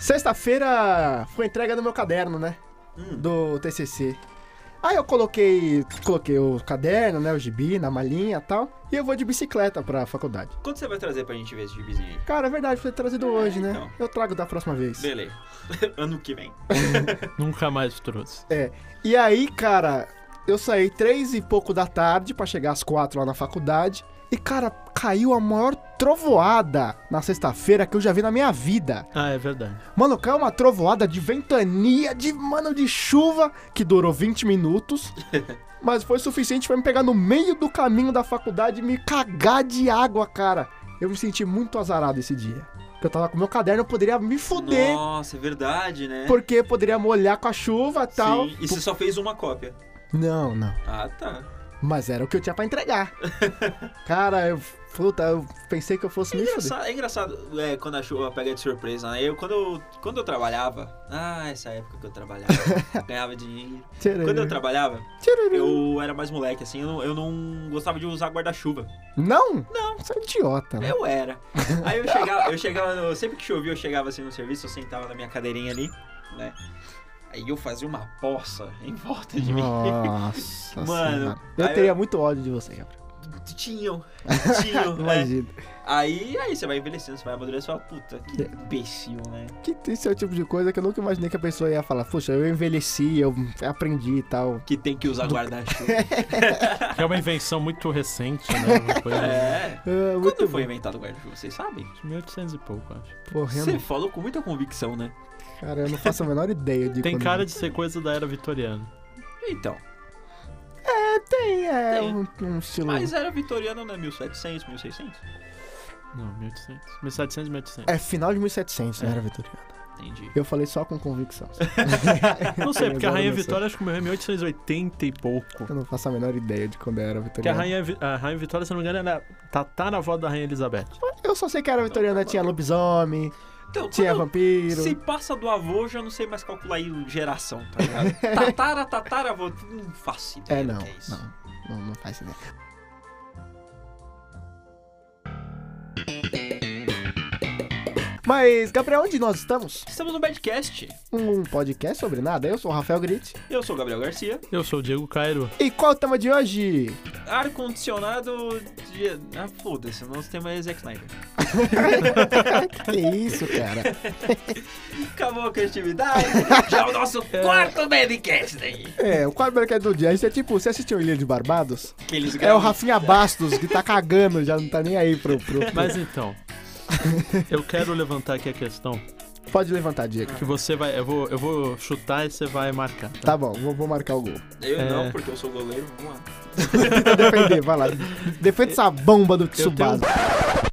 Sexta-feira foi entrega do meu caderno, né? Hum. Do TCC. Aí eu coloquei, coloquei o caderno, né, o gibi na malinha e tal, e eu vou de bicicleta pra faculdade. Quanto você vai trazer pra gente ver esse gibizinho aí? Cara, é verdade, foi trazido hoje, né? então. Eu trago da próxima vez. Beleza. ano que vem. Nunca mais trouxe. É. E aí, cara, eu saí três e pouco da tarde pra chegar às quatro lá na faculdade. E, cara, caiu a maior trovoada na sexta-feira que eu já vi na minha vida. Ah, é verdade. Mano, caiu uma trovoada de ventania, de, mano, de chuva, que durou 20 minutos. mas foi suficiente pra me pegar no meio do caminho da faculdade e me cagar de água, cara. Eu me senti muito azarado esse dia. Eu tava com meu caderno, eu poderia me fuder. Nossa, é verdade, né? Porque poderia molhar com a chuva e tal. Sim, e você só fez uma cópia. Não, não. Ah, tá. Mas era o que eu tinha pra entregar. Cara, eu. Puta, eu pensei que eu fosse É me fuder. engraçado, é engraçado, é, quando a chuva pega de surpresa, né? Eu, quando, eu, quando eu trabalhava... Ah, essa época que eu trabalhava, ganhava dinheiro. É. Quando eu trabalhava, Tchururu. eu era mais moleque, assim, eu não, eu não gostava de usar guarda-chuva. Não? Não. Você é idiota. né? Eu era. Aí eu chegava, eu chegava, no- sempre que chovia, eu chegava assim no serviço, eu sentava na minha cadeirinha ali, né? Aí eu fazia uma poça em volta de mim. Nossa Mano, senhora. Eu aí teria eu- muito ódio de você, Gabriel. Tinham, tinham, é. Imagina. Aí, aí você vai envelhecendo, você vai amadurecendo, você fala, puta, que É. imbecil, né? Que esse é o tipo de coisa que eu nunca imaginei que a pessoa ia falar. Poxa, eu envelheci, eu aprendi e tal. Que tem que usar guarda-chuva. Que é uma invenção muito recente, né? Uma coisa É. Ah, muito Quando foi bom. inventado o guarda-chuva, vocês sabem? de 1800 e pouco, acho. Porra, eu Você não- falou com muita convicção, né? cara, eu não faço a menor ideia de Tem quando- cara de ser coisa da era vitoriana. Então, É, tem, é Tem. Um, um estilo... mas era vitoriano, né? 1700, 1600? Não, 1800. 1700, 1800. É final de 1700, né, É. era, Vitoriano? Entendi. Eu falei só com convicção. Não sei, porque É. a Agora Rainha não sei. Vitória acho que morreu em 1880 e pouco. Eu não faço a menor ideia de quando eu era Porque a Vitoriano. Rainha, Vi- a Rainha Vitória, se não me engano, era tataravó da Rainha Elizabeth. Eu só sei que era Vitoriana, tinha lobisomem, Então, tinha quando- vampiro. Se passa do avô, eu já não sei mais calcular aí geração, tá ligado? Tatara, tataravô, não faço ideia É, do não, que é isso. não, não, não faz ideia. Mas, Gabriel, onde nós estamos? Estamos no Badcast. Um podcast sobre nada. Eu sou o Rafael Grit. Eu sou o Gabriel Garcia. Eu sou o Diego Cairo. E qual é o tema de hoje? Ar-condicionado de... Ah, foda-se, o nosso tema é Zack Snyder. que isso, cara? Acabou a criatividade, já é o nosso quarto né? Badcast aí. É, o quadro que é do dia. Isso é tipo, você assistiu Ilha de Barbados? Que eles É o gravam. Rafinha Bastos que tá cagando, já não tá nem aí pro. pro... Mas então, eu quero levantar aqui a questão Pode levantar, Diego. que você vai. Eu vou, eu vou chutar e você vai marcar. tá? Tá bom, vou, vou marcar o gol. Eu É. não, porque eu sou goleiro, vamos lá. Tenta defender, vai lá. Defende essa bomba do tenho- Tsubasa.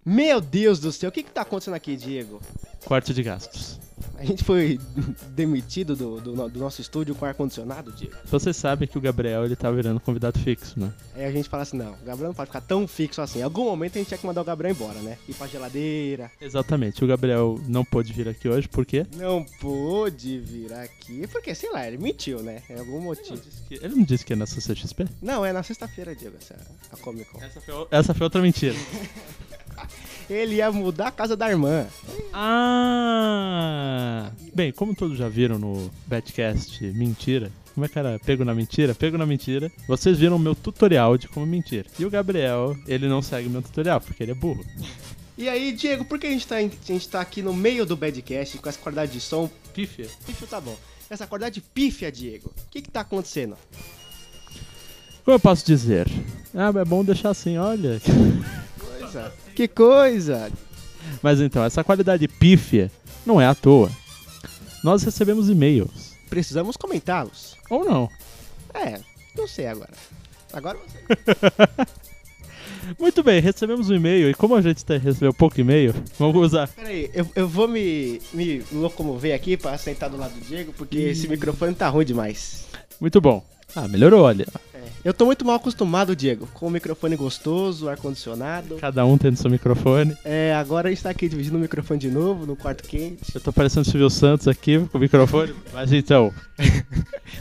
Meu Deus do céu, o que que tá acontecendo aqui, Diego? Quarto de gastos. A gente foi demitido do, do, no- do nosso estúdio com ar-condicionado, Diego. Você sabe que o Gabriel ele tá virando convidado fixo, né? Aí a gente fala assim, não, o Gabriel não pode ficar tão fixo assim. Em algum momento a gente tinha que mandar o Gabriel embora, né? Ir pra geladeira. Exatamente. O Gabriel não pôde vir aqui hoje porque Não pôde vir aqui, porque, sei lá, ele mentiu, né? É algum motivo. ele não disse que é na CCXP. Não, é na sexta-feira, Diego, essa, a Comic Con. Essa foi, o- essa foi outra mentira. Ele ia mudar a casa da irmã. Ah! Bem, como todos já viram no Batcast Mentira, como é que era? Pego na mentira? Pego na mentira. Vocês viram o meu tutorial de como mentir. E o Gabriel, ele não segue meu tutorial, porque ele é burro. E aí, Diego, por que a gente tá, em- a gente tá aqui no meio do Badcast com essa qualidade de som? Pífia. Pífio tá bom. Essa qualidade pífia, Diego. O que que tá acontecendo? Como eu posso dizer? Ah, mas é bom deixar assim, olha. Coisa. Que coisa! Mas então, essa qualidade pífia não é à toa. Nós recebemos e-mails. Precisamos comentá-los. Ou não. É, não sei agora. Agora você. Muito bem, recebemos um e-mail. E como a gente te- recebeu pouco e-mail, vamos usar. Peraí, eu, eu vou me, me locomover aqui pra sentar do lado do Diego, porque esse microfone tá ruim demais. Muito bom. Ah, melhorou, olha. É. Eu tô muito mal acostumado, Diego, com o microfone gostoso, ar-condicionado. Cada um tendo seu microfone. É, agora a gente tá aqui dividindo o microfone de novo, no quarto quente. Eu tô parecendo o Silvio Santos aqui com o microfone. Mas então,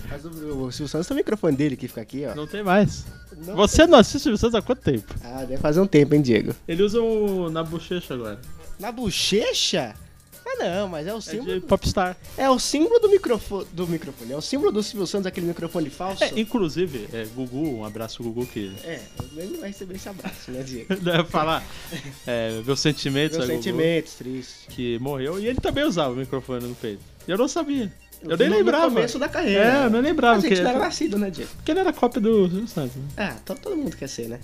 Mas o, o Silvio Santos tem o microfone dele que fica aqui, ó. não tem mais. Não- Você não assiste o Silvio Santos há quanto tempo? Ah, deve fazer um tempo, hein, Diego? Ele usa o na bochecha agora. Na bochecha? Ah, não, mas é o É símbolo. de popstar. É o símbolo do microfone. Do microfone. É o símbolo do Silvio Santos, aquele microfone falso. É, inclusive, é, Gugu, um abraço Gugu que É, ele não vai receber esse abraço, né, Diego? deve falar é, meus sentimentos, Meus a Gugu, sentimentos, triste. que morreu e ele também usava o microfone no peito. E eu não sabia. Eu nem No- lembrava. No começo da carreira. É, eu não lembrava A gente que não era ele, nascido, né, Diego? porque ele era cópia do Silvio Santos. né? Ah, to- todo mundo quer ser, né?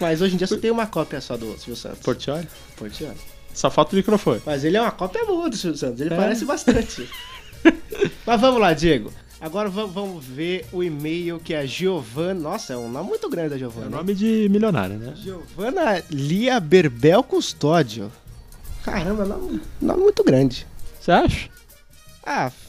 Mas hoje em dia só tem uma cópia só do Silvio Santos. Portioli? Portiano. Só falta o microfone. Mas ele é uma cópia boa do Silvio Santos, ele É. parece bastante. Mas vamos lá, Diego. Agora va- vamos ver o e-mail que a Giovana. Nossa, é um nome muito grande da É Giovana. hein? nome de milionário, né? Giovana Lia Berbel Custódio. Caramba, nome, nome muito grande. Você acha? Ah,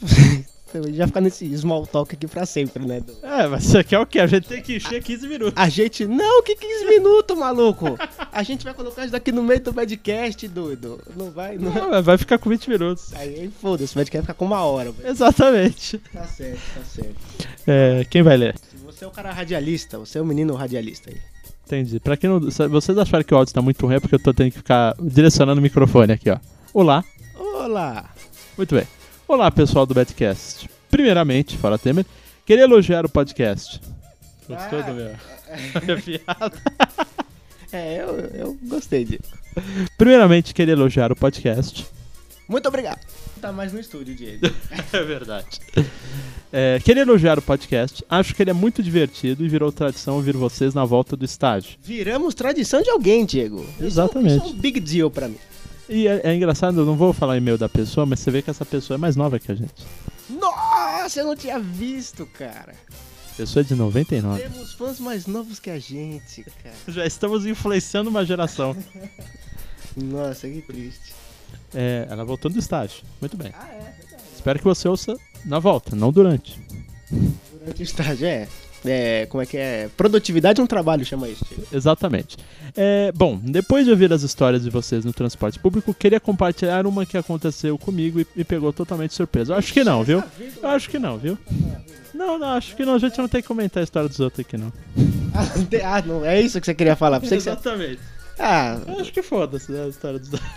a gente vai ficar nesse small talk aqui pra sempre, né? Du? É, mas você quer o quê? A gente tem que encher 15 minutos. A gente. Não, que 15 minutos, maluco! A gente vai colocar isso daqui no meio do podcast, doido. Não vai, não. Não, vai ficar com 20 minutos. Aí foda-se, o podcast vai ficar com uma hora. mas Exatamente. Tá certo, tá certo. É, quem vai ler? Se você é o cara radialista, você é o menino radialista aí. Entendi. Pra quem não. se Vocês acharam que o áudio tá muito ruim, é porque eu tô tendo que ficar direcionando o microfone aqui, ó. Olá. Olá! Muito bem. Olá, pessoal do Betcast. Primeiramente, fora Temer, queria elogiar o podcast. Gostou Ah. do meu? Piada. É, eu, eu gostei de. Primeiramente, queria elogiar o podcast. Muito obrigado! Tá mais no estúdio, Diego. É verdade. É, queria elogiar o podcast. Acho que ele é muito divertido e virou tradição ouvir vocês na volta do estágio. Viramos tradição de alguém, Diego. Isso- Exatamente. Isso é um big deal pra mim. E é, é engraçado, eu não vou falar e-mail da pessoa, mas você vê que essa pessoa é mais nova que a gente. Nossa, eu não tinha visto, cara. Pessoa de 99. Temos fãs mais novos que a gente, cara. Já estamos influenciando uma geração. Nossa, que triste. É, ela voltou do estágio. Muito bem. Ah, é, verdade. Espero que você ouça na volta, não durante. Durante o estágio, é. É, como é que é? Produtividade é um trabalho, chama isso, Diego. Exatamente. É, bom, depois de ouvir as histórias de vocês no transporte público, queria compartilhar uma que aconteceu comigo e me pegou totalmente de surpresa. Eu acho que não, viu? Eu acho que não, viu? Não, não, acho que não. A gente não tem que comentar a história dos outros aqui, não. Ah, não, é isso que você queria falar. Pra você que você... Exatamente. Ah, Eu acho que foda-se né, a história dos outros.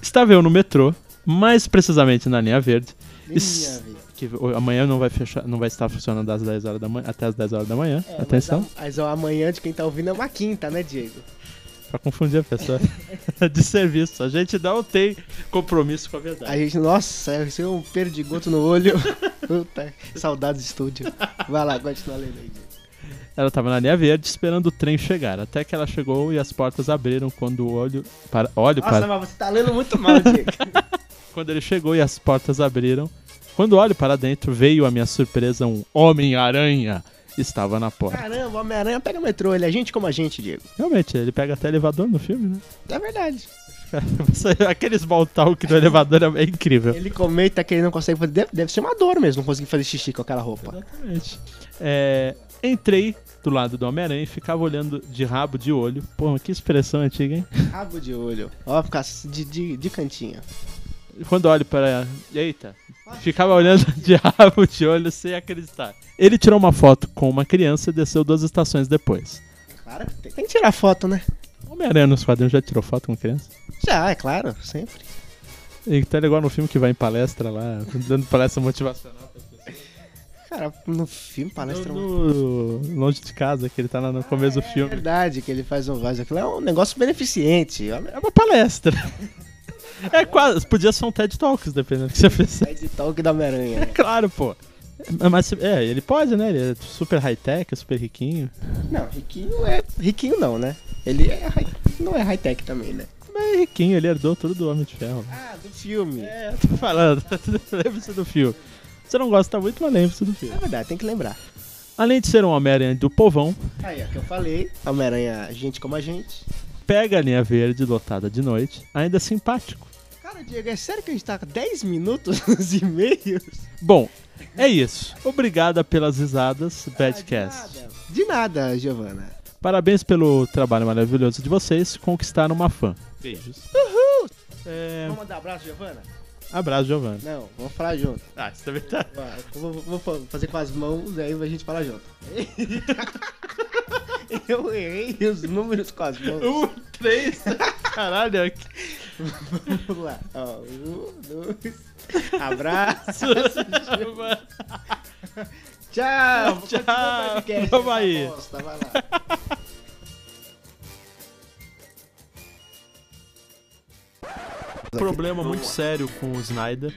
Estava eu no metrô, mais precisamente na linha verde, minha vida. que amanhã não vai fechar, não vai estar funcionando das 10 horas da manhã, até as 10 horas da manhã. É, Atenção. Mas, a- mas o amanhã de quem tá ouvindo é uma quinta, né, Diego? Pra confundir a pessoa de serviço. A gente não tem compromisso com a verdade. A gente, nossa, eu sou um perdigoto no olho. Puta, saudades de estúdio. Vai lá, continua lendo aí, Diego. Ela tava na linha verde esperando o trem chegar. Até que ela chegou e as portas abriram quando o olho. Para, olho para. mas você tá lendo muito mal, Diego. Quando ele chegou e as portas abriram. Quando olho para dentro, veio a minha surpresa um Homem-Aranha. Estava na porta. Caramba, Homem-Aranha pega o metrô, ele é gente como a gente, Diego. Realmente, ele pega até elevador no filme, né? É verdade. Aquele small talk do elevador é incrível. Ele comenta que ele não consegue fazer. Deve, deve ser uma dor mesmo, não conseguir fazer xixi com aquela roupa. Exatamente. É, entrei do lado do Homem-Aranha e ficava olhando de rabo de olho. Pô, que expressão antiga, hein? Rabo de olho. Ó, ficar de, de, de cantinho. Quando olho para. Eita! Ficava olhando de rabo de olho sem acreditar. Ele tirou uma foto com uma criança e desceu duas estações depois. É Claro que tem. Tem que tirar foto, né? Homem-Aranha nos quadrinhos já tirou foto com criança? Já, é claro, sempre. Então ele é igual no filme que vai em palestra lá, dando palestra motivacional. Cara, no filme, palestra. um- No, no- longe de casa, que ele tá lá no começo do É filme. verdade que ele faz um voz. Aquilo é um negócio beneficente. Olha, É uma palestra. É quase. Podia ser um TED Talks, dependendo do que você fizer. É de talk da Homem-Aranha. É claro, pô. Mas é, ele pode, né? Ele é super high-tech, é super riquinho. Não, riquinho é. Riquinho não, né? Ele é high- não é high-tech também, né? Mas é riquinho, ele herdou tudo do Homem de Ferro. né? Ah, do filme. É, É, eu tô falando. lembre-se do filme. Você não gosta tá muito, mas lembre-se do filme. verdade, tem que lembrar. Além de ser um Homem-Aranha do povão, Aí, ó, que eu falei. Homem-Aranha, gente como a gente. pega a linha verde lotada de noite, ainda simpático. Cara, Diego, é sério que a gente tá com 10 minutos nos e-mails? Bom, é isso. Obrigada pelas risadas, Badcast. Ah, De nada, Giovana. Parabéns pelo trabalho maravilhoso de vocês, conquistaram uma fã. Beijos. Uhul! É... Vamos mandar abraço, Giovana? Abraço, Giovanni. Não, vamos falar junto. Ah, você também tá. Vai, eu Vou, vou fa- fazer com as mãos e aí a gente fala junto. Eu errei os números com as mãos. Um, três. Caralho, que- Vamos lá. Ó, um, dois. Abraço. Tchau. Tchau. Continua o podcast, Vamos aí. essa bosta, Vai lá. problema Vamos muito lá. sério com o Snyder,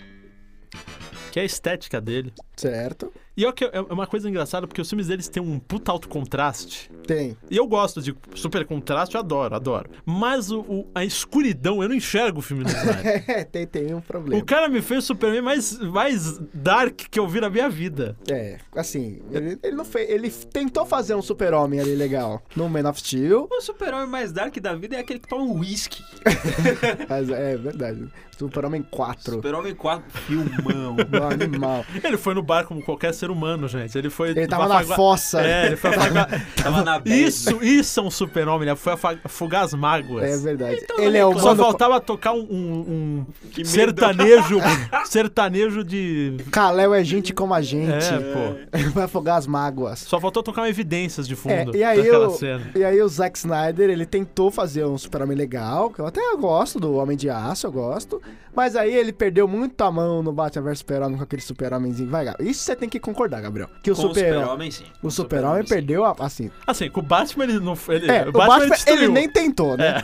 que é a estética dele. Certo. E é o que- é uma coisa engraçada, porque os filmes deles têm um puta alto contraste. Tem. E eu gosto de super contraste, eu adoro, adoro. Mas o, o- a escuridão, eu não enxergo o filme do Snyder. É, tem, tem um o problema. cara me fez o Superman mais, mais dark que eu vi na minha vida. É, assim, ele, ele não fez. Ele tentou fazer um super-homem ali legal no Man of Steel, O super-homem mais dark da vida é aquele que toma um whisky. mas é verdade. Super-homem 4. Super-homem 4, filmão. Um animal. Ele foi no bar como qualquer ser humano, gente. Ele foi. Ele tava na afagua- fossa. É, ele foi afagar. Tava na né? bad. Isso, isso é um super-homem, ele foi afa- afogar as mágoas. É verdade. então, ele é Só humano. faltava tocar um, um- um Que medo. sertanejo. sertanejo de. Caléu é gente como a gente. É, pô. Vai afogar as mágoas. Só faltou tocar uma evidências de É, fundo e aí, daquela o, cena. e aí o Zack Snyder, ele tentou fazer um super-homem legal, que eu até gosto do Homem de Aço, eu gosto, mas aí ele perdeu muito a mão no Batman vs Super-Homem com aquele super-homenzinho. Vai, Gabriel, isso você tem que concordar, Gabriel, que o Com o super-homem... super-homem, sim. O super-homem sim. perdeu, a, assim... Assim, com o Batman ele não foi. Ele, É, o o Batman, ele Batman, ele destruiu. É. nem tentou, né?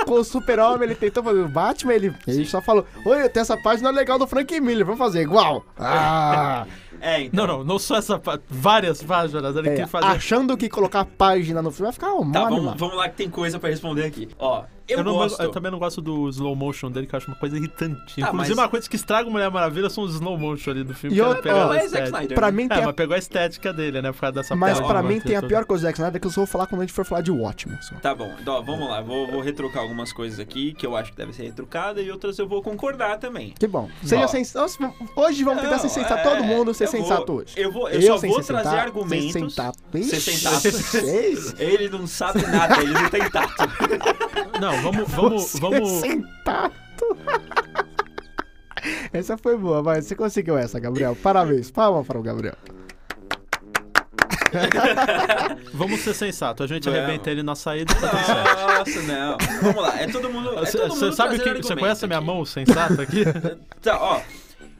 O- com o super-homem, ele tentou fazer. O Batman, ele, ele só falou, oi, tem essa página legal do Frank Miller, vamos fazer igual. Ah... É, então. Não, não, não só essa. pá- Várias páginas. Ele É, quer fazer. achando que colocar página no filme vai ficar um Tá, animal. vamos, vamos lá que tem coisa pra responder aqui. Ó, eu, Eu, não gosto. eu também não gosto do slow motion dele, que eu acho uma coisa irritante. Tá, Inclusive, mas- uma coisa que estraga Mulher Maravilha são os slow motion ali do filme. E que ela outra- pega ó, a Mas é Zack estética. Snyder. Pra né? mim tem É, a mas pegou a estética dele, né? Por causa Tá dessa Mas tela pra de mim bater tem a toda. pior coisa do Zack Snyder é que eu só vou falar quando a gente for falar de Watchmen. só. Tá bom, ó, vamos lá. Vou, vou retrucar algumas coisas aqui que eu acho que deve ser retrucada e outras eu vou concordar também. Que bom. Seja Ó. sens... Nossa, Hoje vamos tentar Não, se sentar é, todo mundo, ser eu vou- sensato hoje. Eu, vou, eu, só sem vou ser trazer sentar- argumentos. Sem sentar. Sem sentar. Vocês? Ele não sabe nada, ele não tem tato. Tá Não, vamos. vamos, vamos... Sentato. Essa foi boa, mas você conseguiu essa, Gabriel. Parabéns. Palma para o Gabriel. Vamos ser sensato, a gente Vamos. arrebenta ele na saída. tá Nossa, não. Vamos lá, é todo mundo. é todo Você mundo sabe o trazendo que. Você argumento conhece a minha aqui. mão sensata aqui? Tá, ó.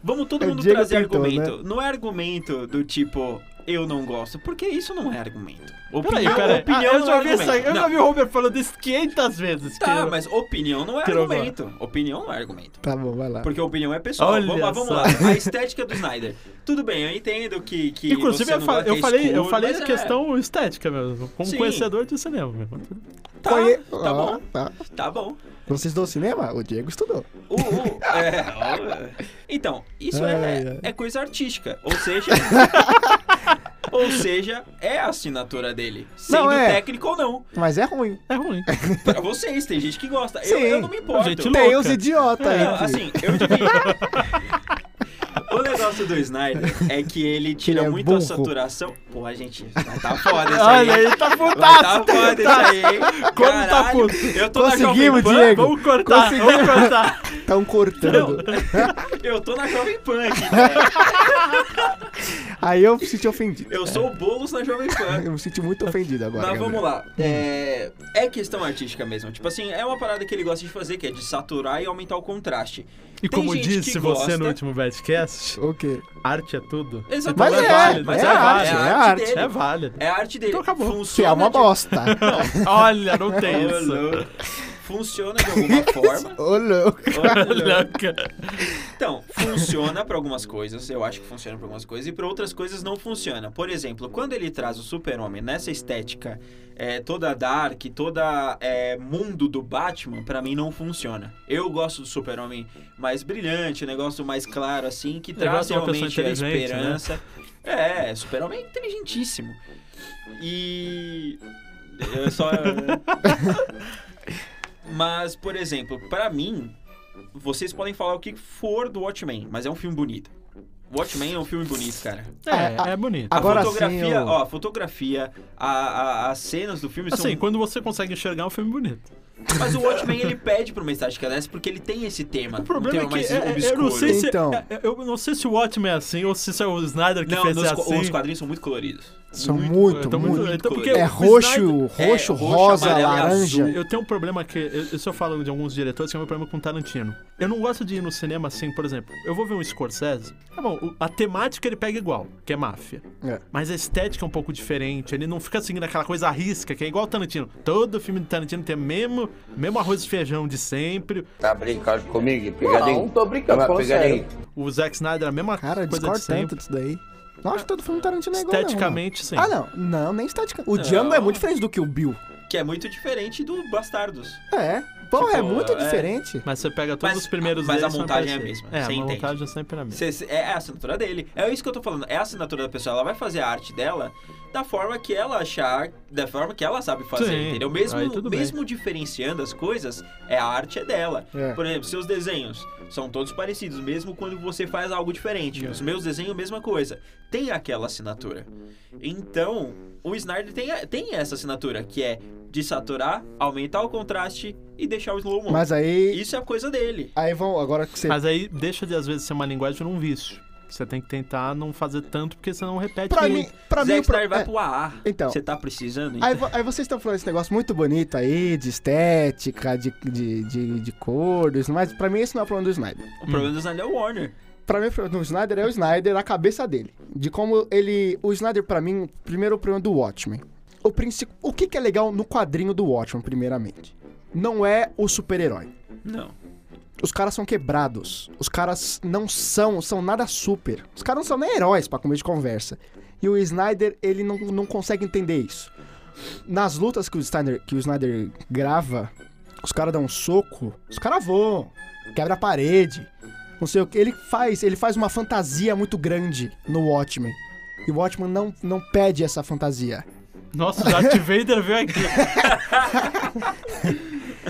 Vamos todo O mundo É, Diego né? trazer tentou, argumento. Não é argumento do tipo, eu não gosto, porque isso não é argumento. peraí, Opinião, peraí. Ah, opinião eu não já é vi argumento. essa, eu Não. já vi o Homer falando isso 500 vezes. que Tá, eu- mas opinião não é Quero argumento. Opinião não é argumento. Tá bom, vai lá. Porque opinião é pessoal. Olha vamos lá, vamos só. lá. A estética do Snyder. Tudo bem, eu entendo que. que Inclusive, você eu, não fa- gosta eu que é falei, eu escuro, falei mas de é. questão estética mesmo, como Sim. conhecedor de cinema. Mesmo. Tá, Conhe- tá Ó, bom, tá. tá bom. Você estudou cinema? O Diego estudou. O- o- é, ó, então, isso é, Ai, ai. é coisa artística. Ou seja. ou seja, é a assinatura dele. Sendo Não, é. técnico ou não. Mas é ruim. É ruim. Pra vocês, tem gente que gosta. Eu, Sim. eu não me importo. Gente tá Não, louca. Tem os idiotas aí. que- assim, eu divido. O negócio do Snyder é que ele tira Ele é muito a burro. saturação. Porra, gente, vai tá foda isso aí. Olha aí, tá Vai putaço. tá foda isso aí. hein? Como tá Caralho, puto. Eu tô na Conseguimos, Jovem Pan. Diego. Vamos cortar, vamos Conseguimos. cortar. Estão cortando. Eu tô na Jovem Pan aqui, cara. Aí eu me senti ofendido. Eu sou o Boulos na Jovem Pan. Eu me senti muito ofendido agora. Mas Gabriel. vamos lá. É... é questão artística mesmo. Tipo assim, é uma parada que ele gosta de fazer, que é de saturar e aumentar o contraste. E Tem como gente que disse você gosta. no último Badcast, O quê? arte é tudo. Exatamente. Mas é, válido, mas é é a válido. é a arte. dele. É válido. É a arte dele. Então acabou. Que Funciona é uma de... bosta. Olha, não tem Ô, isso. louco. Funciona de alguma forma. Ô, louco. Olha. Louca. Então, funciona pra algumas coisas, eu acho que funciona pra algumas coisas, e pra outras coisas não funciona. Por exemplo, quando ele traz o Super-Homem nessa estética é, toda dark, toda é, mundo do Batman, pra mim não funciona. Eu gosto do Super-Homem mais brilhante, um negócio mais claro, assim, que traz gosto de uma pessoa realmente a inteligente, né? esperança. É, Super-Homem é inteligentíssimo. E. Eu só. né? Mas, por exemplo, pra mim, vocês podem falar o que for do Watchmen, mas é um filme bonito. Watchmen é um filme bonito, cara. É, é bonito. Agora a sim, fotografia, eu- ó, a fotografia, a- a- as cenas do filme Assim, são. quando você consegue enxergar é um filme bonito. Mas o Watchmen ele pede pra uma estética dessa porque ele tem esse tema. O problema um tema é que mais é- é- eu obscuro. não sei se Então. é- eu não sei se o Watchmen é assim ou se isso é o Snyder que Não, fez nos é co- assim. os quadrinhos são muito coloridos. São muito, então, muito. muito- então porque É o roxo, Snyder- roxo, é, roxo, rosa, amarelo e laranja. azul. Eu tenho um problema que. Eu, eu só falo de alguns diretores que é o meu problema com Tarantino. Eu não gosto de ir no cinema assim, por exemplo. Eu vou ver um Scorsese. Tá bom, o- a temática ele pega igual, que é máfia. É. Mas a estética é um pouco diferente. Ele não fica seguindo aquela coisa à risca, que é igual o Tarantino. Todo filme do Tarantino tem mesmo, mesmo arroz e feijão de sempre. Tá brincando comigo, pegadinho? não tô brincando, Tá falando pegadinho. O Zack Snyder é a mesma Cara, eu coisa de discordo tanto sempre. disso daí. Não acho que todo filme Tarantino é igual, não, mano. Esteticamente, sim. Ah, não. Não, nem esteticamente. O Django é muito diferente do que o Bill. Que é muito diferente do Bastardos. É. Pô, é Tipo, muito é. diferente. Mas você pega todos Mas- os primeiros mas a deles, são montagem é a parecidos. mesma, É, você a entende. montagem é sempre a mesma. Cê- cê- é a assinatura dele. É isso que eu tô falando. É a assinatura da pessoa. Ela vai fazer a arte dela da forma que ela achar, da forma que ela sabe fazer, Sim, entendeu? Mesmo, aí tudo bem. mesmo diferenciando as coisas, é a arte é dela. É. Por exemplo, seus desenhos são todos parecidos, mesmo quando você faz algo diferente. Os meus desenhos, mesma coisa. Tem aquela assinatura. Então, o Snyder tem, a- tem essa assinatura, que é de saturar, aumentar o contraste e deixar o slow mo. Mas aí. Isso é a coisa dele. Aí vão. Agora que você. Mas aí deixa de, às vezes, ser uma linguagem num vício. Você tem que tentar não fazer tanto, porque senão repete Pra mim, muito. pra mim, Zack o pro- Snyder vai é, pro AA. Então. Você tá precisando? Aí, vo- aí vocês estão falando esse negócio muito bonito aí, de estética, de, de, de, de cor, do Snyder. Pra mim, esse não é o problema do Snyder. O problema do Snyder é o Warner. Pra mim, o problema do Snyder é o Snyder, a cabeça dele. De como ele. O Snyder, pra mim, primeiro o problema do Watchmen. O, princi- o que, que é legal no quadrinho do Watchmen, primeiramente? Não é o super-herói. Não. Os caras são quebrados. Os caras não são, são nada super. Os caras não são nem heróis pra comer de conversa. E o Snyder, ele não, não consegue entender isso. Nas lutas que o Snyder, que o Snyder grava, os caras dão um soco, os caras voam, quebra a parede. Não sei o que. Ele faz, ele faz uma fantasia muito grande no Watchmen. E o Watchmen não, não pede essa fantasia. Nossa, o Darth Vader veio aqui.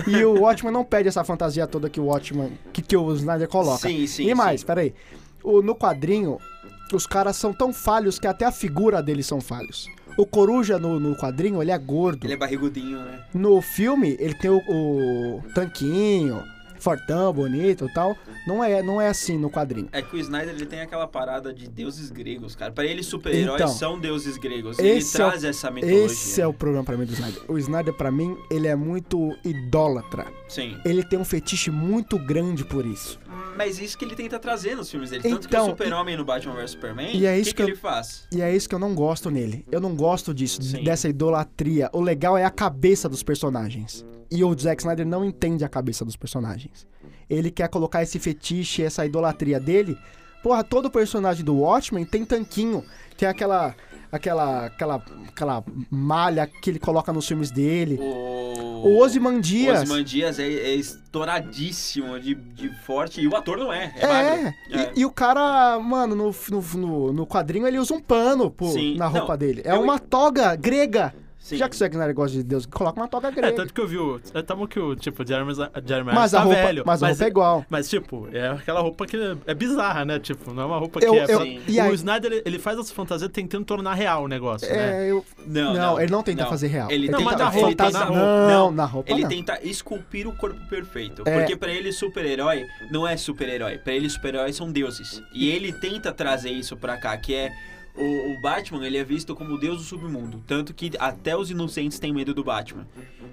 E o Watchmen não pede essa fantasia toda que o Watchmen, que, que o Snyder coloca. Sim, sim, E mais, sim. peraí. O, no quadrinho, os caras são tão falhos que até a figura deles são falhos. O Coruja no, no quadrinho, ele é gordo. Ele é barrigudinho, né? No filme, ele tem o, o tanquinho, fortão, bonito e tal. Não é, não é assim no quadrinho. É que o Snyder ele tem aquela parada de deuses gregos, cara. Pra ele, super-heróis Então, são deuses gregos. esse é ele o- traz essa mitologia. Esse é o problema pra mim do Snyder. O Snyder, pra mim, ele é muito idólatra. Sim. Ele tem um fetiche muito grande por isso. Mas isso que ele tenta trazer nos filmes dele. Tanto Então, que o super-homem no Batman vs Superman, e é o isso que que, que eu- ele faz? E é isso que eu não gosto nele. Eu não gosto disso, Sim. dessa idolatria. O legal é a cabeça dos personagens. E o Zack Snyder não entende a cabeça dos personagens. Ele quer colocar esse fetiche, essa idolatria dele. Porra, todo personagem do Watchmen tem tanquinho. Tem aquela. aquela. aquela. aquela malha que ele coloca nos filmes dele. O, O Ozymandias. Ozymandias é, é estouradíssimo de, de forte. E o ator não é. É, É, magro. E, e o cara, mano, no, no, no- no quadrinho ele usa um pano pô, Sim, na roupa não, dele. É eu- uma toga grega. Sim. Já que o Zack Snyder gosta de Deus, coloca uma toga grega. É, tanto que eu vi o... é, Tá bom que o, tipo, o Jeremy, o Jeremy Mas tá a roupa, velho. mas a roupa é igual. Mas, tipo, é aquela roupa que é bizarra, né? Tipo, não é uma roupa Eu- que é... eu- pra- e aí- O Snyder, ele- ele faz essa fantasia tentando tornar real o negócio, né? É, eu... Não, não, ele não tenta fazer real. Ele tá ele Não, tenta, tenta mas na ele roupa, fantasia- tenta, na roupa. Não, na roupa Ele não. tenta esculpir o corpo perfeito. É. Porque pra ele, super-herói não é super-herói. Pra ele, super-heróis são deuses. E ele tenta trazer isso pra cá, que é. O, o Batman, ele é visto como o deus do submundo. Tanto que até os inocentes têm medo do Batman.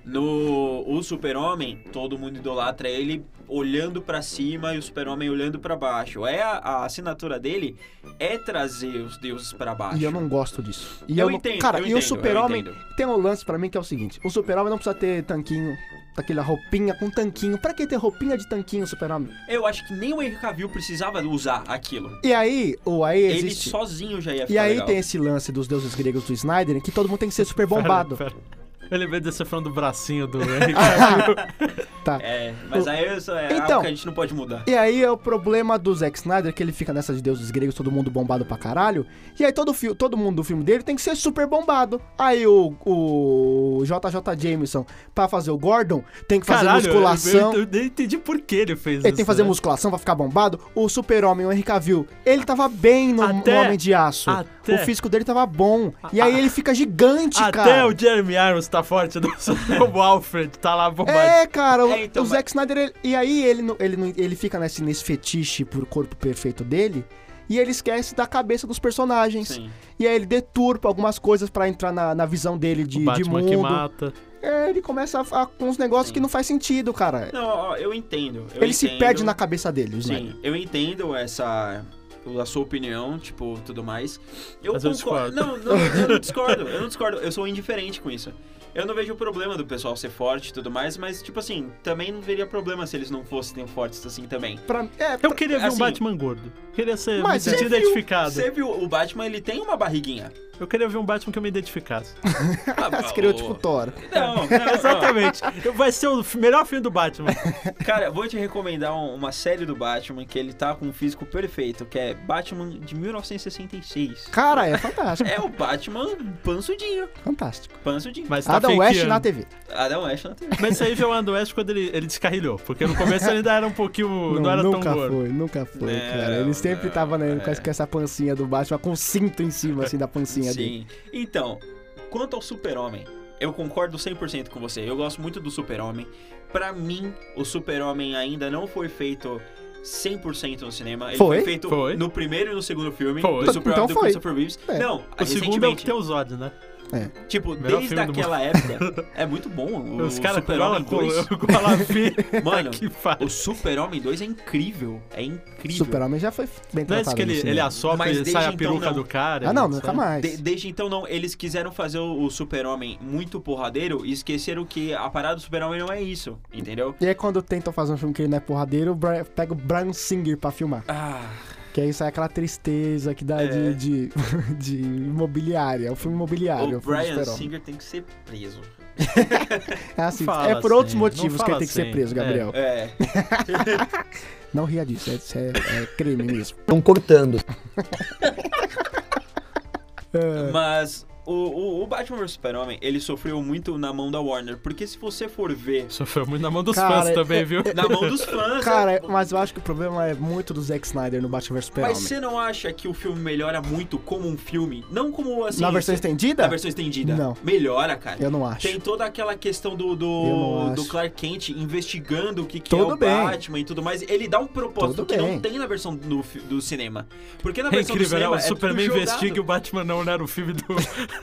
No o Super-Homem, todo mundo idolatra ele olhando pra cima e o Super-Homem olhando pra baixo. É a, a assinatura dele é trazer os deuses pra baixo. E eu não gosto disso. E Eu não- entendo, Cara, eu e entendo, o super-homem... eu entendo. Tem um lance pra mim que é o seguinte. O super-homem não precisa ter tanquinho, aquela roupinha com tanquinho. Pra que ter roupinha de tanquinho, super-homem? Eu acho que nem o Henry Cavill precisava usar aquilo. E aí, ou aí Ele existe... sozinho já ia ficar E aí legal. tem esse lance dos deuses gregos do Snyder, que todo mundo tem que ser super bombado. Pera, pera. Eu lembrei desse falando do bracinho do Henry. Tá. É, mas aí isso é Então. algo que a gente não pode mudar. E aí é o problema do Zack Snyder, que ele fica nessa de deuses gregos, todo mundo bombado pra caralho. E aí todo, fi- todo mundo do filme dele tem que ser super bombado. Aí o, o JJ Jameson, pra fazer o Gordon, tem que fazer Caralho, eu- musculação. Eu, eu nem entendi por que ele fez isso. ele tem que fazer né? musculação pra ficar bombado. O super-homem, o Henry Cavill, ele tava bem no, no Até- Homem de Aço. até- O físico dele tava bom. E aí ele fica gigante, Até cara. o Jeremy Irons tá forte, do- como o Alfred tá lá bombado. É, cara, o, É, então, o mas- Zack Snyder, ele- e aí ele, não- ele, não- ele fica nesse, nesse fetiche por corpo perfeito dele, e ele esquece da cabeça dos personagens. Sim. E aí ele deturpa algumas coisas pra entrar na, na visão dele de, o de Batman que mundo. mata. É, ele começa a, a- com uns negócios que não faz sentido, cara. Não, ó, eu entendo. eu ele se entendo. perde na cabeça dele, o Snyder. Sim, eu entendo essa a sua opinião, tipo, tudo mais. Eu Mas eu concordo. discordo. não, não, eu não discordo. Eu não discordo. Eu sou indiferente com isso. Eu não vejo problema do pessoal ser forte e tudo mais, mas tipo assim, também não veria problema se eles não fossem tão fortes assim também. Pra, é, Eu pra- queria ver Assim, um Batman gordo. Queria ser Mas você me sentir viu- identificado. Você viu, o Batman, ele tem uma barriguinha. Eu queria ver um Batman que eu me identificasse. Ah, você queria o- tipo é Thor. Não, não, não. Exatamente. Vai ser o f- melhor filme do Batman. Cara, vou te recomendar um- uma série do Batman que ele tá com um físico perfeito, que é Batman de 1966. Cara, é fantástico. É o Batman pansudinho. fantástico. Pansudinho. Mas tá Adam West fakeando. na TV. Adam West na TV. Mas isso aí veio o Adam West quando ele, ele descarrilhou. Porque no começo ele ainda era um pouquinho. Não, era tão nunca gordo. foi, nunca foi, Não, cara. Ele sempre não, tava né, com é. essa- com essa pancinha do Batman, com cinto em cima, assim, da pancinha dele. Sim. Então, quanto ao Super-Homem, eu concordo 100% com você. Eu gosto muito do Super-Homem. Pra mim, o Super-Homem ainda não foi feito 100% no cinema. Ele foi, Foi? feito Foi. no primeiro e no segundo filme Foi. do Super-Homem Então do foi. Christopher Reeves. É. Não, O segundo é o que recentemente. tem os odds, né? Tipo, Melhor desde filme do aquela época, é muito bom. O Os caras com Super-Homem gola com 2. gola fina. Mano, que faz. O Super-Homem 2 é incrível. É incrível. Super-Homem já foi bem Não é tratado. isso que no ele, cinema. ele assopra Mas e desde sai a então, peruca não. do cara. Ah, não, né? nunca mais. De- desde então, não. Eles quiseram fazer o, o Super-Homem muito porradeiro e esqueceram que a parada do Super-Homem não é isso, entendeu? E aí, quando tentam fazer um filme que ele não é porradeiro, o Brian- pega o Brian Singer pra filmar. Ah, Que aí sai aquela tristeza que dá É. de, de, de imobiliária. É um filme imobiliário. é o um filme de Brian super-homem. Singer tem que ser preso. É, assim, fala é por outros assim, não motivos que fala ele tem que assim. ser preso, Gabriel. É. Não ria disso, é- isso é, é crime mesmo. Estão cortando. É. Mas o, o, o Batman vs Super-Homem, ele sofreu muito na mão da Warner. Porque se você for ver. Sofreu muito na mão dos Cara, é, fãs também, viu? Na mão dos fãs. é é Cara, é, mas eu acho que o problema é muito do Zack Snyder no Batman vs Mas Super-Homem. você não acha que o filme melhora muito como um filme? Não como assim. Na versão se- estendida? Na versão estendida? Não. Melhora, cara. Eu não acho. Tem toda aquela questão do, Eu não do, acho. do Clark Kent investigando o que, que é Tudo o bem. Batman e tudo mais. Ele dá um propósito Tudo que bem. não tem na versão do, fi- do cinema. Porque na É versão incrível, do né? cinema O é tudo Superman jogado. investiga e o Batman não, né? Era o filme do,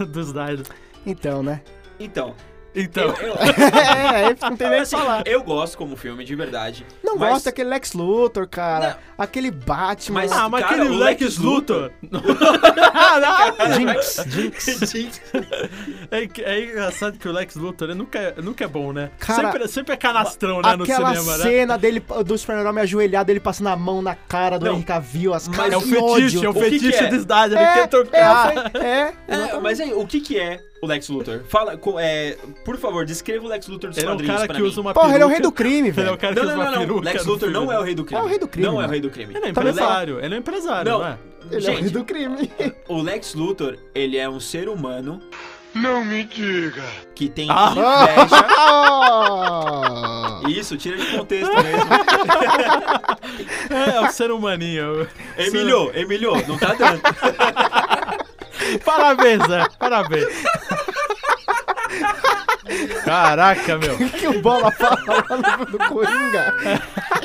do Snyder. Então, né? Então, Então, eu, é, é, não tem nem o que assim, falar. eu gosto como filme, de verdade. Não mas- gosto daquele Lex Luthor, cara. Aquele Batman. Mas- ah, mas cara, aquele o Lex Lex Luthor. Jinx, Jinx. É, que- é engraçado que o Lex Luthor ele nunca, é- nunca é bom, né? Cara, sempre, sempre é canastrão, né? No Aquela cinema, né? cena dele, do Super-Homem ajoelhado, ele passando a mão na cara do Não. Henry Cavill, as Mas caras É o de fetiche, é ódio. o que que fetiche é? do Snyder. Ele um É, quer trocar. é, é, É, mas aí, o que que é o Lex Luthor? Fala, co- é, por favor, descreva o Lex Luthor dos Ele é um quadrinhos cara pra que mim. usa uma Porra, ele é o rei do peruca. crime, Ele é o velho. cara que Não, usa não, uma não, não. peruca. Lex no Luthor não filme. é o rei do crime. É o rei do crime, Não é o mano. rei do crime. Ele é O Le- empresário. Ele é empresário, não, Não. é? Ele é o rei do crime. O Lex Luthor, ele é um ser humano. Não me diga. Que tem Ah. inveja. Ah! Isso, tira de contexto mesmo. É, é o ser humaninho. Emilio, Emilio, não tá dando. Parabéns, Zé. Parabéns. Caraca, meu. que o Bola fala lá no, no Coringa.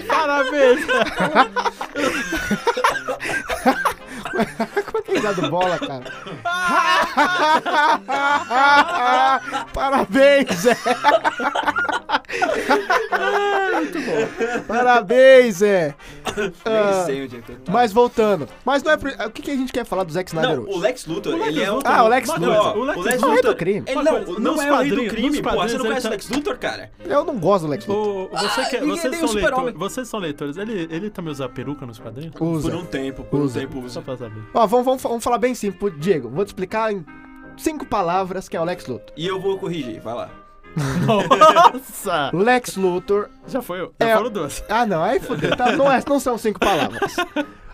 Parabéns. Quem é dá do Bola, cara? Parabéns, Zé. Muito bom. Parabéns, Zé. Nem sei onde é que eu tava. Mas voltando. Mas não é... pro- O que, que a gente quer falar do Zack Snyder Não, hoje? o Lex Luthor, Lex ele é um. Luthor- Ah, o Lex Não, Luthor. ó, O Lex O Lex Luthor é Luthor. do crime. Ele Uma não, coisa, não nos é o rei do quadrinhos- crime, nos pô. Você quadrinhos não ele conhece o tá- Lex Luthor, cara? Eu não gosto do Lex Luthor. Ô, você que- Ah, ninguém vocês, deu são super-homem. leitores, vocês são leitores. Ele, ele também usa peruca nos quadrinhos? Por Usa. um tempo, por um Usa. tempo Só usa. pra saber. Ó, vamos, vamos, vamos falar bem simples. Diego, vou te explicar em cinco palavras que é o Lex Luthor. E eu vou corrigir, vai lá. Nossa! Lex Luthor Já foi eu. Já É. foram duas. Ah, não, aí fudeu. Tá, não, é- não são cinco palavras.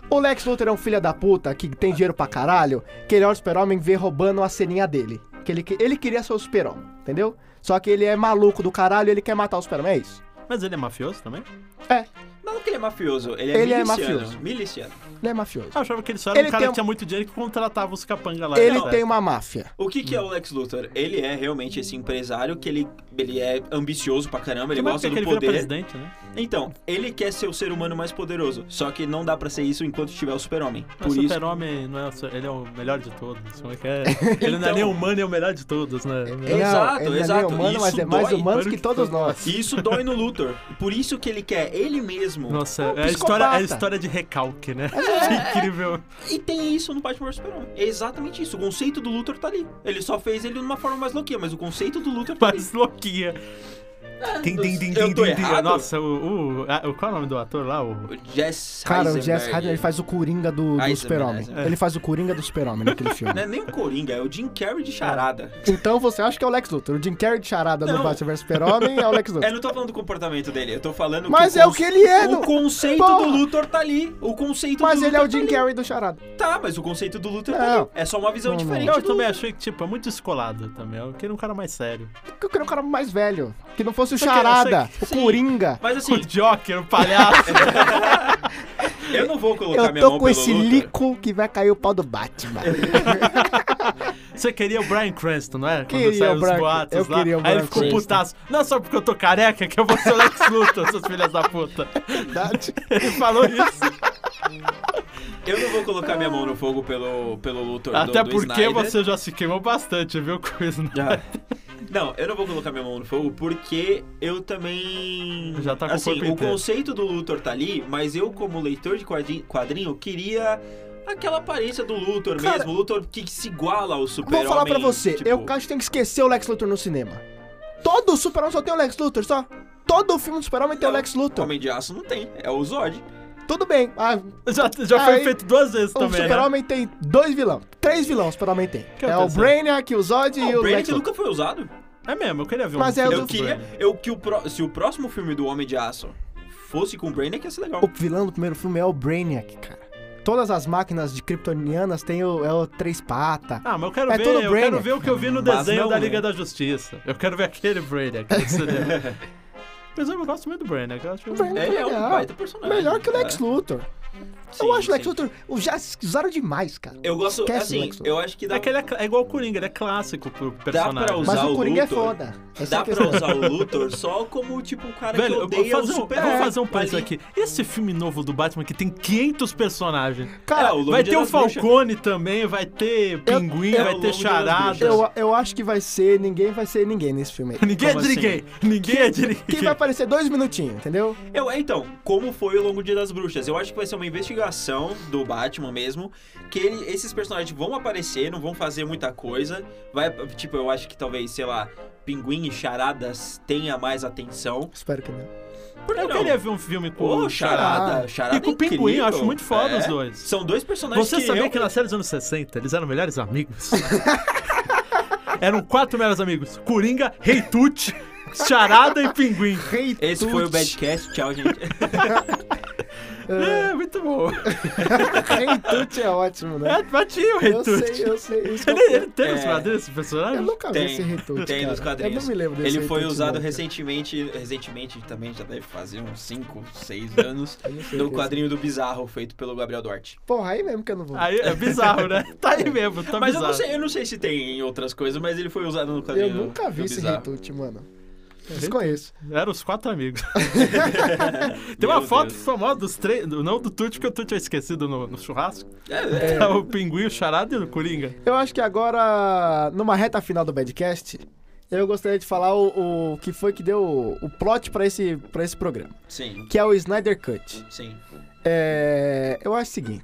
O Lex Luthor é um filho da puta que tem dinheiro pra caralho, que ele olha o super-homem e vê roubando a ceninha dele. Que ele, que- ele queria ser o super-homem, entendeu? Só que ele é maluco do caralho e ele quer matar o super-homem, é isso? Mas ele é mafioso também? É. Não que ele é mafioso, ele é Ele é miliciano. mafioso. Miliciano. Ele é mafioso. Ah, Eu achava que ele só era Ele um cara tem que um- tinha muito dinheiro que contratava os capanga lá. é, Ele Não, é. tem um uma máfia. O que, Hum. que é o Lex Luthor? Ele é realmente esse empresário que ele, ele é ambicioso pra caramba, ele Como é gosta que do ele vira poder. presidente, né? Então, ele quer ser o ser humano mais poderoso. Só que não dá pra ser isso enquanto tiver o super-homem. Mas Por o isso. super-homem, não é, o su- ele é o melhor de todos. Como é que é? Ele não é Então- nem humano, ele é o melhor de todos, né? É o melhor- Ele Exato, ele exato. É meio humano, mas Isso é mais dói. humano Mano, que que todos nós. E isso dói no Luthor. Por isso que ele quer ele mesmo. Nossa, É um é, a história, é a psicopata. É. história de recalque, né? Incrível. E tem isso no Batman vs Superman. É exatamente isso. O conceito do Luthor tá ali. Ele só fez ele numa forma mais louquinha, mas o conceito do Luthor tá ali. Mas louquinha. Tem, tem, tem, Eu tem, tô tem, tem. errado? Nossa, o, o, a- o- Qual é o nome do ator lá? O. O Jess Cara, o Heisenberg. Jess Harden ele faz o Coringa do, do Heisenberg, Super-Homem. Heisenberg. Ele faz o Coringa do Super-Homem naquele Não filme. é nem o Coringa, é o Jim Carrey de charada. então você acha que é o Lex Luthor. O Jim Carrey de charada Não. no Batman vs Super-Homem é o Lex Eu Luthor. não tô falando do comportamento dele, eu tô falando Mas é o cons- que ele é, O não- conceito Porra. do Luthor tá ali. O conceito Mas do ele é Luthor o Jim tá ali. Carrey do charada. Tá, mas o conceito do Luthor tá Não. ali. É só uma visão Não, não. diferente. Eu do também achei que, tipo, é muito descolado também. Eu queria um cara mais sério. Porque eu queria um cara mais velho. Que não fosse o Eu quero- eu charada, sei o Coringa. Mas assim, O Joker, o palhaço. eu não vou colocar Eu minha mão tô com pelo esse Luthor. lico que vai cair o pau do Batman. É Você queria o Brian Cranston, não é? Quando Queria saiu o Brian- os boatos eu lá. queria o aí ele Brian ficou Cranston. putaço. Não é só porque eu tô careca é que eu vou ser o Lex Luthor, seus filhas da puta. Verdade. Ele falou isso. Eu não vou colocar minha mão no fogo pelo, pelo Luthor do- Até do porque Snyder. você já se queimou bastante, viu, né? Chris? Já. Não, eu não vou colocar minha mão no fogo porque eu também. Já tá com o assim, corpo o inteiro. conceito do Luthor tá ali, mas eu, como leitor de quadri- quadrinho, queria aquela aparência do Luthor Cara, mesmo. O Luthor que se iguala ao super-homem. Vou falar pra você, tipo, eu acho que tem que esquecer o Lex Luthor no cinema. Todo super-homem só tem o Lex Luthor, só. Todo filme do super-homem tem o Não, Lex Luthor. Homem de Aço não tem, é o Zod. Tudo bem. Ah, Já, já foi Aí, feito duas vezes o também. né? super-homem tem dois vilão. Três vilão o super-homem tem. Que é eu o pensei. Brainiac, o Zod Não, e o Ah, Lex o Bennett Luthor. nunca foi usado. É mesmo, eu queria ver Mas um é, filme Eu, Eu do queria. Superman. Eu que o pro- se o próximo filme do Homem de Aço fosse com o Brainiac, ia ser legal. O vilão do primeiro filme é o Brainiac, cara. Todas as máquinas de kryptonianas tem o, é o Três Pata. Ah, mas eu quero É ver, todo eu Brainiac. quero ver o que eu vi no Mas desenho não da é. Liga da Justiça. Eu quero ver aquele Brainiac. no cinema. Mas eu gosto muito do Brainiac, eu acho que... Brainiac. Ele é um Legal. baita personagem. Melhor que o cara. Lex Luthor. Sim, eu acho o Lex sim. Luthor. o- Já usaram demais, cara. Eu gosto, Esquece o assim, Lex Luthor. eu acho que dá É que ele é, cl- é igual o Coringa, ele é clássico pro personagem. usar Mas usar o o Coringa Luthor. é foda. Essa é Dá a pra questão. usar o Luthor só como, tipo, um cara que Velho, eu vou odeia o fazer, um, super vou fazer um preço aqui. Esse filme novo do Batman que tem 500 personagens. Cara, É, o Longe vai ter o das Bruxas. Falcone também, vai ter Pinguim, eu- vai É, o Longe ter das Charada. Bruxas. Eu, eu acho que vai ser. Ninguém vai ser ninguém nesse filme aí. Ninguém Como é de assim? ninguém. Ninguém é de Quem ninguém. vai aparecer dois minutinhos, entendeu? Eu, é, então, como foi o Longo Dia das Bruxas? Eu acho que vai ser uma investigação do Batman mesmo, que ele- esses personagens vão aparecer, não vão fazer muita coisa. Vai, tipo, eu acho que talvez, sei lá, Pinguim e Charadas tenha mais atenção. Espero que não. Por que Eu não? queria ver um filme com Ô, o Charada, Charada. Charada E com é o Pinguim, eu incrível. acho muito foda É. os dois. São dois personagens Você que sabia eu- que na série dos anos 60 eles eram melhores amigos? eram quatro melhores amigos: Coringa, Rei Tut, Charada e Pinguim. Rei Esse foi o Badcast, tchau, gente. É, muito bom. Rei Tut é ótimo, né? É, batia o Rei eu Tut. sei, eu sei. Isso que eu- Ele, ele teve É. os quadrinhos desse personagem? Eu nunca vi esse Rei Tut, tem cara. nos quadrinhos. Eu não me lembro desse Ele Rei foi tá Tut, usado não, cara. recentemente, recentemente também, já deve fazer uns 5, 6 anos, no quadrinho do Bizarro, feito pelo Gabriel Duarte. Porra, aí mesmo que eu não vou. Aí é bizarro, né? Tá aí mesmo, tá mas eu bizarro. não, sei, eu não sei se tem em outras coisas, mas ele foi usado no eu quadrinho nunca vi do esse Rei Bizarro. Tut, mano. Eu Desconheço. Eram os quatro amigos. Tem uma Meu foto Deus. famosa dos três, do- não do Tut, porque o Tut é esquecido no, no churrasco. É, Tá o Pinguim, o Charada e o Coringa. Eu acho que agora, numa reta final do Badcast, eu gostaria de falar o, o que foi que deu o, o plot pra esse, pra esse programa, sim, que é o Snyder Cut. sim. É, eu acho o seguinte: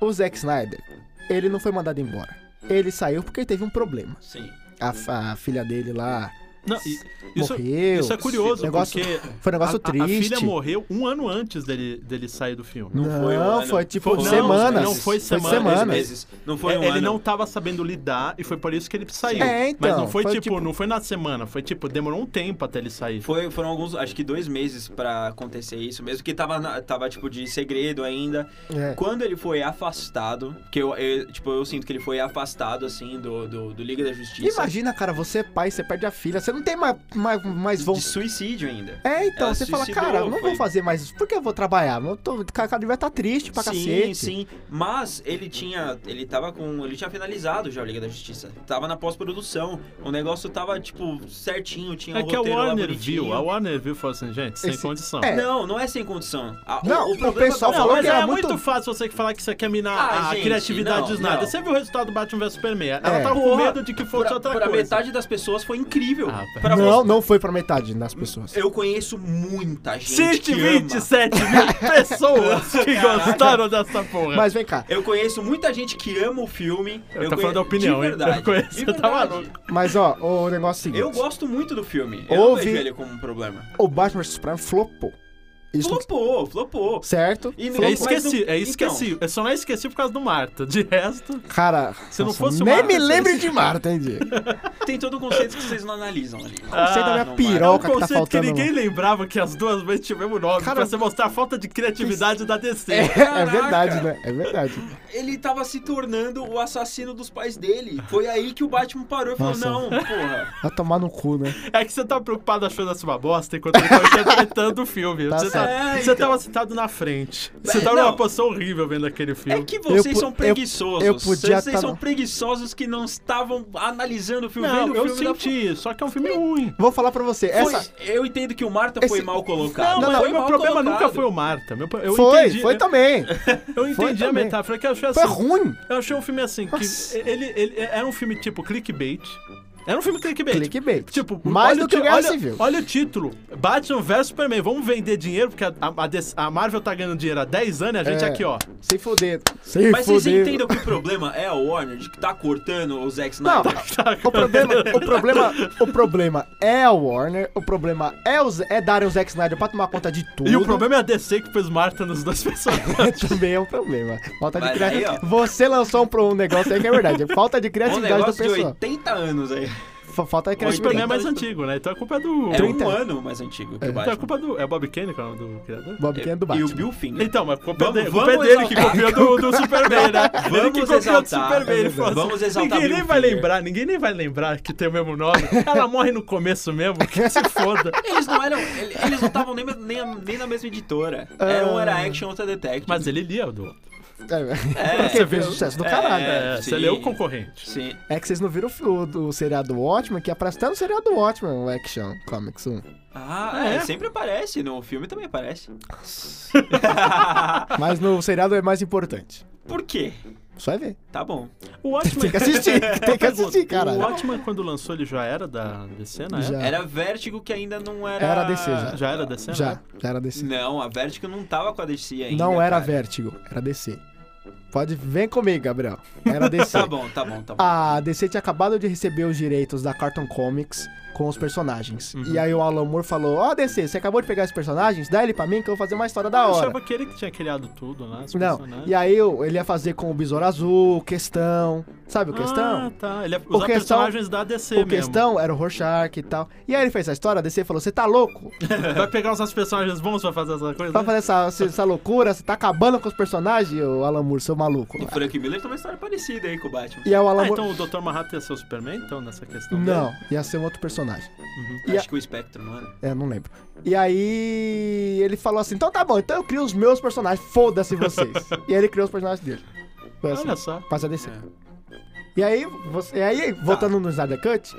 o Zack Snyder, ele não foi mandado embora. Ele saiu porque teve um problema. Sim. A, fa- a filha dele lá Não, e- isso, morreu. isso é curioso, negócio- porque Foi um negócio a, a- a triste. filha morreu um ano antes dele, dele sair do filme. Não, Não foi um ano. foi tipo Foi- não, semanas. não foi semanas. Dois semanas. meses. Não foi É, um ele ano. não tava sabendo lidar e foi por isso que ele saiu. É, então, Mas não foi, foi tipo, tipo- não foi na semana, foi tipo, demorou um tempo até ele sair. Foi, foram alguns, acho que dois meses pra acontecer isso, mesmo que tava, na- tava tipo de segredo ainda. É. Quando ele foi afastado, que eu, eu- tipo, eu sinto que ele foi afastado, assim, do, do, do Liga da Justiça. Imagina, cara, você é pai, você perde a filha, você não não tem mais, mais, mais De vontade. suicídio ainda. É, então, Ela você se fala, suicidou, cara, eu não foi- vou fazer mais isso. Por que eu vou trabalhar? Eu tô, cada vez tá triste pra sim, cacete. sim. Mas ele tinha. Ele tava com. Ele tinha finalizado já a Liga da Justiça. Tava na pós-produção. O negócio tava, tipo, certinho, tinha É o que a um roteiro lá Warner bonitinho. viu, a Warner viu e falou assim, gente, sem Esse- condição. é, Não, não é sem condição. A- Não, o pessoal Não, falou mas que era é muito- muito... fácil você falar que você quer minar Ah, a gente, criatividade não, dos nada. não. Você viu o resultado do Batman vs Superman. Ela É. tava com medo de que fosse pra, outra pra coisa. metade das pessoas foi incrível. Ah, Pra não, você- não foi pra metade das pessoas. Eu conheço muita gente que ama. 127 mil pessoas que gostaram dessa porra. Mas vem cá, Eu conheço muita gente que ama o filme. Eu eu tô falando da conhe- de opinião, hein? verdade, Eu conheço, de tá verdade. maluco. mas ó, o negócio é o seguinte. Eu gosto muito do filme. Eu não Ouvi- vejo ele como um problema. O Batman vs Superman flopou. Isso não- Flopou, flopou. Certo? E Flopou. É mas esqueci, não- é esqueci. Eu só não esqueci por causa do Marta. De resto, Cara, Se não nossa, fosse o nem Marta, me você- lembre de Marta, hein, Diego? Tem todo um conceito que vocês não analisam ali. Ah, Sei da não minha vai. é um piroca que tá conceito que faltando. ninguém lembrava que as duas vezes tivemos o nome Cara, pra você mostrar a falta de criatividade da DC. É verdade, né? É verdade. Ele tava se tornando o assassino dos pais dele. Foi aí que o Batman parou e falou: Nossa. Não, porra. Vai tomar no cu, né? É que você tá preocupado achando essa uma bosta enquanto ele tá interpretando o filme. Tá você, tá- certo. você tava sentado na frente. Você É, tava não. numa posição horrível vendo aquele É filme. que vocês Eu pu- são eu- preguiçosos. eu podia vocês tá são no- preguiçosos que não estavam analisando o filme. Não, vendo o eu filme da- senti, só que é um filme ruim. Vou falar pra você, Foi- essa... Eu entendo que o Marta foi Esse- mal colocado. Não, não, mas o meu mal problema colocado. nunca foi o Marta. Meu pro- eu foi, entendi, né? foi eu- também. Eu entendi a também. metáfora, que eu achei assim. Foi ruim. Eu achei um filme assim, que Nossa. ele, ele era um filme tipo clickbait. Era um filme clickbait. Clickbait. Tipo, Mais olha do o que ti- Guerra olha, Civil. Olha o título: Batman vs Superman. Vamos vender dinheiro, porque a, a- a DC a Marvel tá ganhando dinheiro há 10 anos e a gente É. aqui, ó. Sem foder. Sem Mas vocês foder. entendem que o problema é a Warner de que tá cortando o Zack Não, Tá, tá Snyder? o problema, o problema, o problema é a Warner, o problema é, o, Z- é darem o Zack Snyder pra tomar conta de tudo. E o problema é a DC que fez Marta nos dois personagens. também é um problema. Falta de Mas aí, criatividade. ó. Você lançou um, pro- um negócio aí que é verdade. é Falta de É um criatividade da negócio de pessoa. 80 anos aí. Fa- Falta de o Superman é criatividade. mais antigo, né? Então a culpa é do. É Então um ano mais antigo que o a Batman. culpa é do. É o Bob Kane, que é o nome do criador? Bob Kane é do Tá E o Batman. Bill Finger. Então, mas a culpa é Vamos- dele- a culpa é vamos dele que exaltar. copiou do, do Superman, né? Ele que Vamos copiou do exaltar. Superman. Ele Vamos falou assim, exaltar ninguém Bill nem vai Finger." lembrar, ninguém nem vai lembrar que tem o mesmo nome. Ela morre no começo mesmo, que se foda. Eles não eram. ele- Eles não estavam nem, nem, nem na mesma editora. Era um era action, outra detective. Mas ele lia o do outro. É, porque fez um sucesso do é, caralho. né? É, você sim. leu o concorrente. Sim. É que vocês não viram o, fi- o, o seriado Watchmen, que aparece até no seriado Watchmen, o Action Comics 1. Ah, é. Sempre aparece. No filme também aparece. Mas no seriado é mais importante. Por quê? Só é ver. Tá bom. O Watchman... Tem que assistir, tem que assistir, O caralho. Watchman, quando lançou, ele já era da DC, né? Já. Era Vertigo que ainda não era. Era DC já. Já era DC, né? Já, já era DC. Não, a Vertigo não tava com a DC ainda. Não era cara. Vertigo, era DC. Pode, vem comigo, Gabriel. Era DC. Tá bom, tá bom, tá bom. A DC tinha acabado de receber os direitos da Cartoon Comics com os personagens. Uhum. E aí o Alan Moore falou: Ó, DC, você acabou de pegar esses personagens? Dá ele pra mim que eu vou fazer uma história da Eu hora. achava que ele que tinha criado tudo, né? Os Não, personagens. e aí o- ele ia fazer com o Besouro Azul, Questão. Sabe o Ah, Questão? tá. Ele é, os O questão- personagens da DC o mesmo. Questão era o Rorschach e tal. E aí ele fez essa história, a DC falou: Você tá louco? Vai pegar os personagens bons pra fazer essa coisa? Pra fazer essa, essa loucura? Você tá acabando com os personagens, ô Alan Moore, seu maluco? O Frank Miller tem uma história parecida aí com o Batman. E aí o Alan Ah, Moore. então o Dr. Manhattan ia ser o Superman, então, nessa questão Não, dele? ia ser um outro personagem. E Acho a- que o Spectrum, mano. É, não lembro. E aí ele falou assim: então tá bom, então eu crio os meus personagens, foda-se vocês. e aí ele criou os personagens dele. Foi assim, Olha só. passa a descer. É. E aí, você, e aí Tá. voltando no Snyder Cut,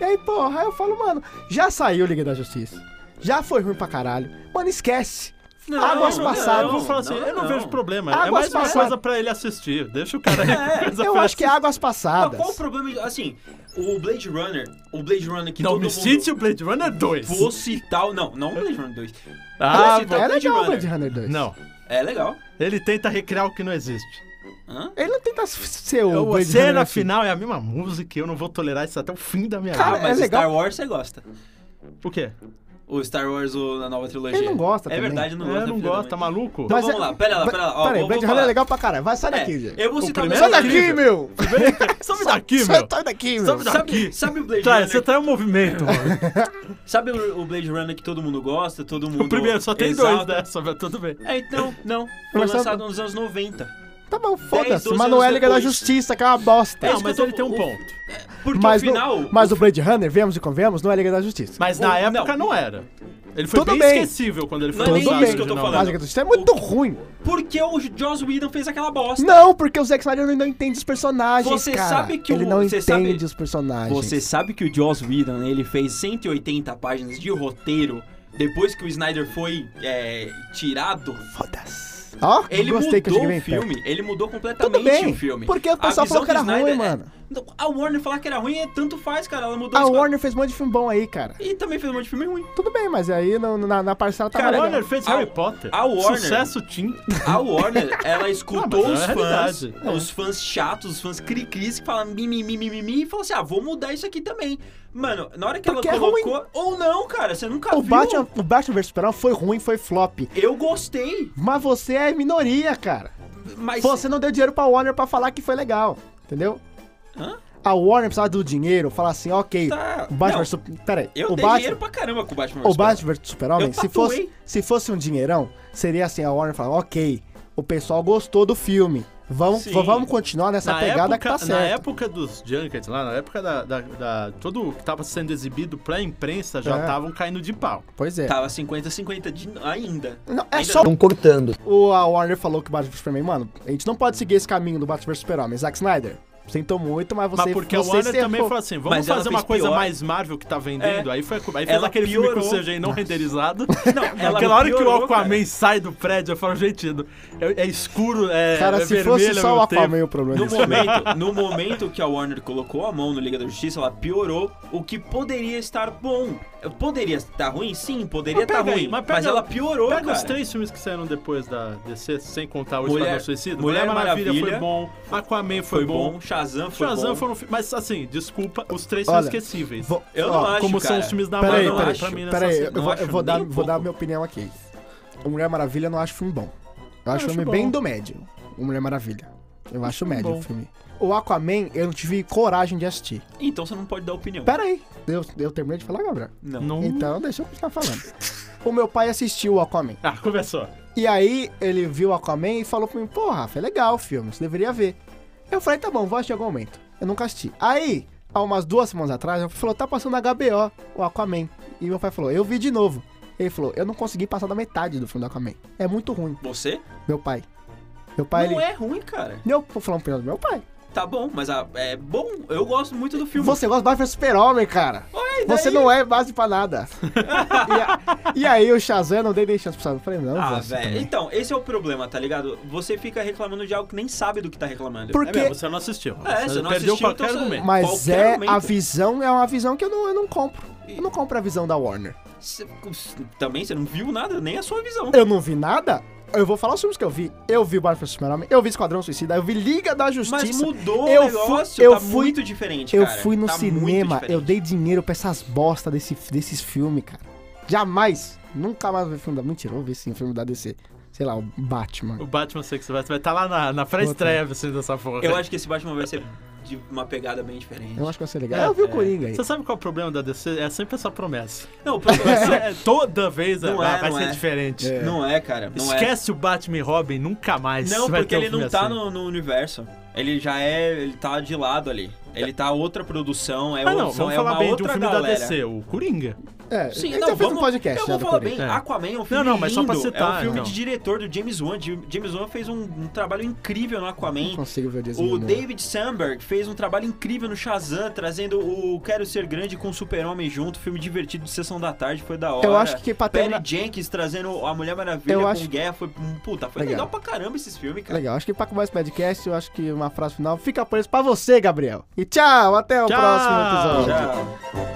e aí, porra, aí eu falo, mano, já saiu Liga da Justiça. Já foi ruim pra caralho. Mano, esquece. Águas Eu- Eu passadas. vou falar assim, eu não, vejo problema. é Águas mais uma passadas. coisa pra ele assistir. Deixa o cara aí. coisa Eu pra acho que é águas passadas. Mas qual o problema? de- Assim, o Blade Runner, o Blade Runner que Não todo me mundo... cite o Blade Runner 2. Vou citar o- Não, não o Blade Runner 2. Ah, Esse- bom. é Blade legal o Runner. Blade Runner 2. Não. É legal. Ele tenta recriar o que não existe. Hã? Ele não tenta ser É o Eu, a Blade Runner. É cena assim. final é a mesma música e eu não vou tolerar isso até o fim da minha Cara, Ah, vida. mas é legal. Star Wars você gosta. O quê? O Star Wars, o, a nova trilogia. Ele não gosta É também. verdade, eu não gosto. Eu não filho gosto, tá da mãe. maluco? Então Mas vamos é- lá, pera lá, pera lá. Ó, Pera aí, vou- Blade vou Runner é falar. legal pra caralho. Vai, sai É, daqui, gente. eu vou O citar... Sai primeiro é daqui, incrível. meu! Sobe daqui, meu. Sai daqui, meu! Sobe Sabe, daqui. sabe o Blade Tá, né? Runner? você tá em um movimento, mano. Sabe o o Blade Runner que todo mundo gosta, todo mundo... O primeiro só tem exalta? dois, né? Só, tudo bem. É, então, não. Foi Mas sabe- lançado nos anos 90. Tá bom, foda-se. 12 Manoeliga anos da depois. Justiça, que é uma bosta. É Não, isso que mas eu tô- ele tem um o- ponto. Porque mas no final. no, mas o Blade Runner, vemos e convenhamos, não é Liga da Justiça. Mas na Não. época não era. Ele foi Tudo bem, bem. esquecível quando ele foi Não é nem lançado isso que eu tô originalmente. Mas a falando. Liga da Justiça é muito ruim. Porque o Joss Whedon fez aquela bosta. Não, porque o Zack Snyder não entende os personagens, Você cara. sabe que o- Ele não você entende sabe- os personagens. Você sabe que o Joss Whedon ele fez 180 páginas de roteiro depois que o Snyder foi é, tirado. Foda-se. Ó, eu Ele gostei que eu mudou cheguei bem o filme. Ele mudou completamente Tudo bem, o filme. porque o A pessoal visão falou que do era ruim, é- mano. Não, A Warner falar que era ruim, é tanto faz, cara. Ela mudou perto. A os- Warner fez um monte de filme bom aí, cara. E também fez um monte de filme ruim. Tudo bem, mas aí no- na, na parcela tá Cara, a legal. Warner fez é A- Harry Potter. a Warner- Sucesso Tim. A Warner, ela escutou Ah, os mas é a fãs, realidade. os fãs chatos, os fãs cri-cris que falam mimimi, mimimi, e falou assim, ah, vou mudar isso aqui também. Mano, na hora que Porque é ela ruim. colocou... Ou não, cara, você nunca O viu. Batman, o Batman vs Superman foi ruim, foi flop. Eu gostei, Mas você é minoria, cara. mas... Você não deu dinheiro pra Warner pra falar que foi legal, entendeu? Hã? A Warner precisava do dinheiro, falar assim, ok, Tá. o Batman Não. vs Superman... Pera aí, Eu o dei dinheiro Batman... pra caramba com o Batman. O vs Superman. Batman vs Superman, Eu se tatuei. fosse, se fosse um dinheirão, seria assim, a Warner falar, ok, o pessoal gostou do filme, vamos, Sim. v- vamos continuar nessa na pegada época, que tá na certa. época dos Junkets lá, na época da, da, da- Todo o que tava sendo exibido pra imprensa já É. estavam caindo de pau. Pois tá. é. Tava 50-50 de- ainda. Não, é Ainda só Estão cortando. o a Warner falou que o Batman vs Superman, mano, a gente não pode seguir esse caminho do Batman vs Superman, Zack Snyder. Sentou muito, mas você Mas porque você o Warner cerrou. também falou assim: vamos Mas ela fazer uma fez coisa pior. mais Marvel que tá vendendo. É. Aí, foi, aí fez Ela aquele filme com piorou. o CGI não renderizado. Não, ela Aquela hora que o piorou, Aquaman cara. sai do prédio, eu falo, gente, é, é escuro, é, Cara, é se vermelho fosse ao só o mesmo tempo. Aquaman o problema No desse filme. momento, no momento que a Warner colocou a mão no Liga da Justiça, ela piorou o que poderia estar bom. Poderia estar ruim? Sim, poderia Mas estar pega aí, ruim. mas Mas, pega- ela piorou, Pega os cara. três filmes que saíram depois da DC, sem contar o Mulher- Esquadrão Suicida. Mulher foi Maravilha bom, Aquaman foi, Foi bom. bom, Shazam foi Shazam bom. foram fi- Mas assim, desculpa, os três Olha, são esquecíveis. Vou- Eu ó, não acho, Como são cara. os filmes da Peraí, Marvel, não peraí, acho. pra mim nessa peraí, cena, eu não vou, eu acho vou dar, nem um vou dar pouco. minha opinião aqui. O Mulher Maravilha eu não acho um filme bom. Eu acho um acho filme bom. bem do médio. O Mulher Maravilha. Eu acho médio bom. o filme. O Aquaman, eu não tive coragem de assistir. Então você não pode dar opinião. Pera aí. Eu, eu terminei de falar, Gabriel. Não. Não. Então deixa eu continuar falando. o meu pai assistiu o Aquaman. Ah, começou. E aí ele viu o Aquaman e falou pra mim, pô, Rafa, é legal o filme, você deveria ver. Eu falei, tá bom, vou assistir em algum momento. Eu nunca assisti. Aí, há umas duas semanas atrás, meu pai falou, tá passando na HBO o Aquaman. E meu pai falou, eu vi de novo. Ele falou, eu não consegui passar da metade do filme do Aquaman. É muito ruim, Você? meu pai. Meu pai, não ele... é ruim, cara. Meu, vou falar um pouquinho do meu pai. Tá bom, mas a- é bom. Eu gosto muito do filme. Você gosta de Batman Super-Homem, cara. Ué, e daí? Você não é base pra nada. e, a- e aí o Shazam, eu não dei nem chance pro Shazam. Eu falei, não, vou Ah, assistir velho. também. Então, esse é o problema, tá ligado? Você fica reclamando de algo que nem sabe do que tá reclamando. Por É quê? mesmo, você não assistiu. É, você não perdeu assistiu, qualquer então você- argumento. Mas Qualquer é momento. a visão, é uma visão que eu não, eu não compro. Eu não compro a visão da Warner. Cê- também você não viu nada, nem a sua visão. Eu não vi nada. Eu vou falar os filmes que eu vi. Eu vi Batman vs Superman, eu vi Esquadrão Suicida, eu vi Liga da Justiça. Mas mudou eu o fui- negócio, eu tá fui- muito diferente, eu cara. fui no Tá muito cinema, eu diferente. dei dinheiro pra essas bosta desse, desses filmes, cara. Jamais, nunca mais vi filme da... Mentira, eu vou ver sim um filme da DC. Sei lá, o Batman. O Batman sei que você vai estar lá na, na pré-estreia assim, dessa porra. Eu acho que esse Batman vai ser de uma pegada bem diferente. Eu acho que vai ser legal. É, eu vi o é. Coringa aí. Você sabe qual é o problema da DC? É sempre essa promessa. Não, o problema é É, toda vez Não ah, é, vai não ser é. diferente. que- Não é, cara. Não é. Esquece o Batman e Robin, nunca mais. Não, vai porque ter um ele não filme tá assim. no, no universo. Ele já é. Ele tá de lado ali. Ele tá outra produção, é Ah, outra não, produção, vamos é falar uma bem de um outra filme da galera. DC, o Coringa. É, Sim, ele não, já fez vamos, um podcast eu já vou do falar Coringa. bem, É. Aquaman é um filme Não, não, mas só lindo, pra citar, é um filme então. de diretor do James Wan. Jam- James Wan fez um, um trabalho incrível no Não Aquaman. consigo ver o desenho. O não. David Sandberg fez um trabalho incrível no Shazam, trazendo o Quero Ser Grande com o Super-Homem junto, filme divertido de Sessão da Tarde, foi da hora. Eu acho que pra Patty terminar- Jenkins trazendo a Mulher Maravilha Eu com acho- Guerra, foi... hum, Puta, foi Legal. legal, pra caramba esses filmes, cara. Legal, acho que pra começar esse podcast, eu acho que uma frase final fica por isso pra você, Gabriel. E tchau, até o Tchau. próximo episódio. Tchau.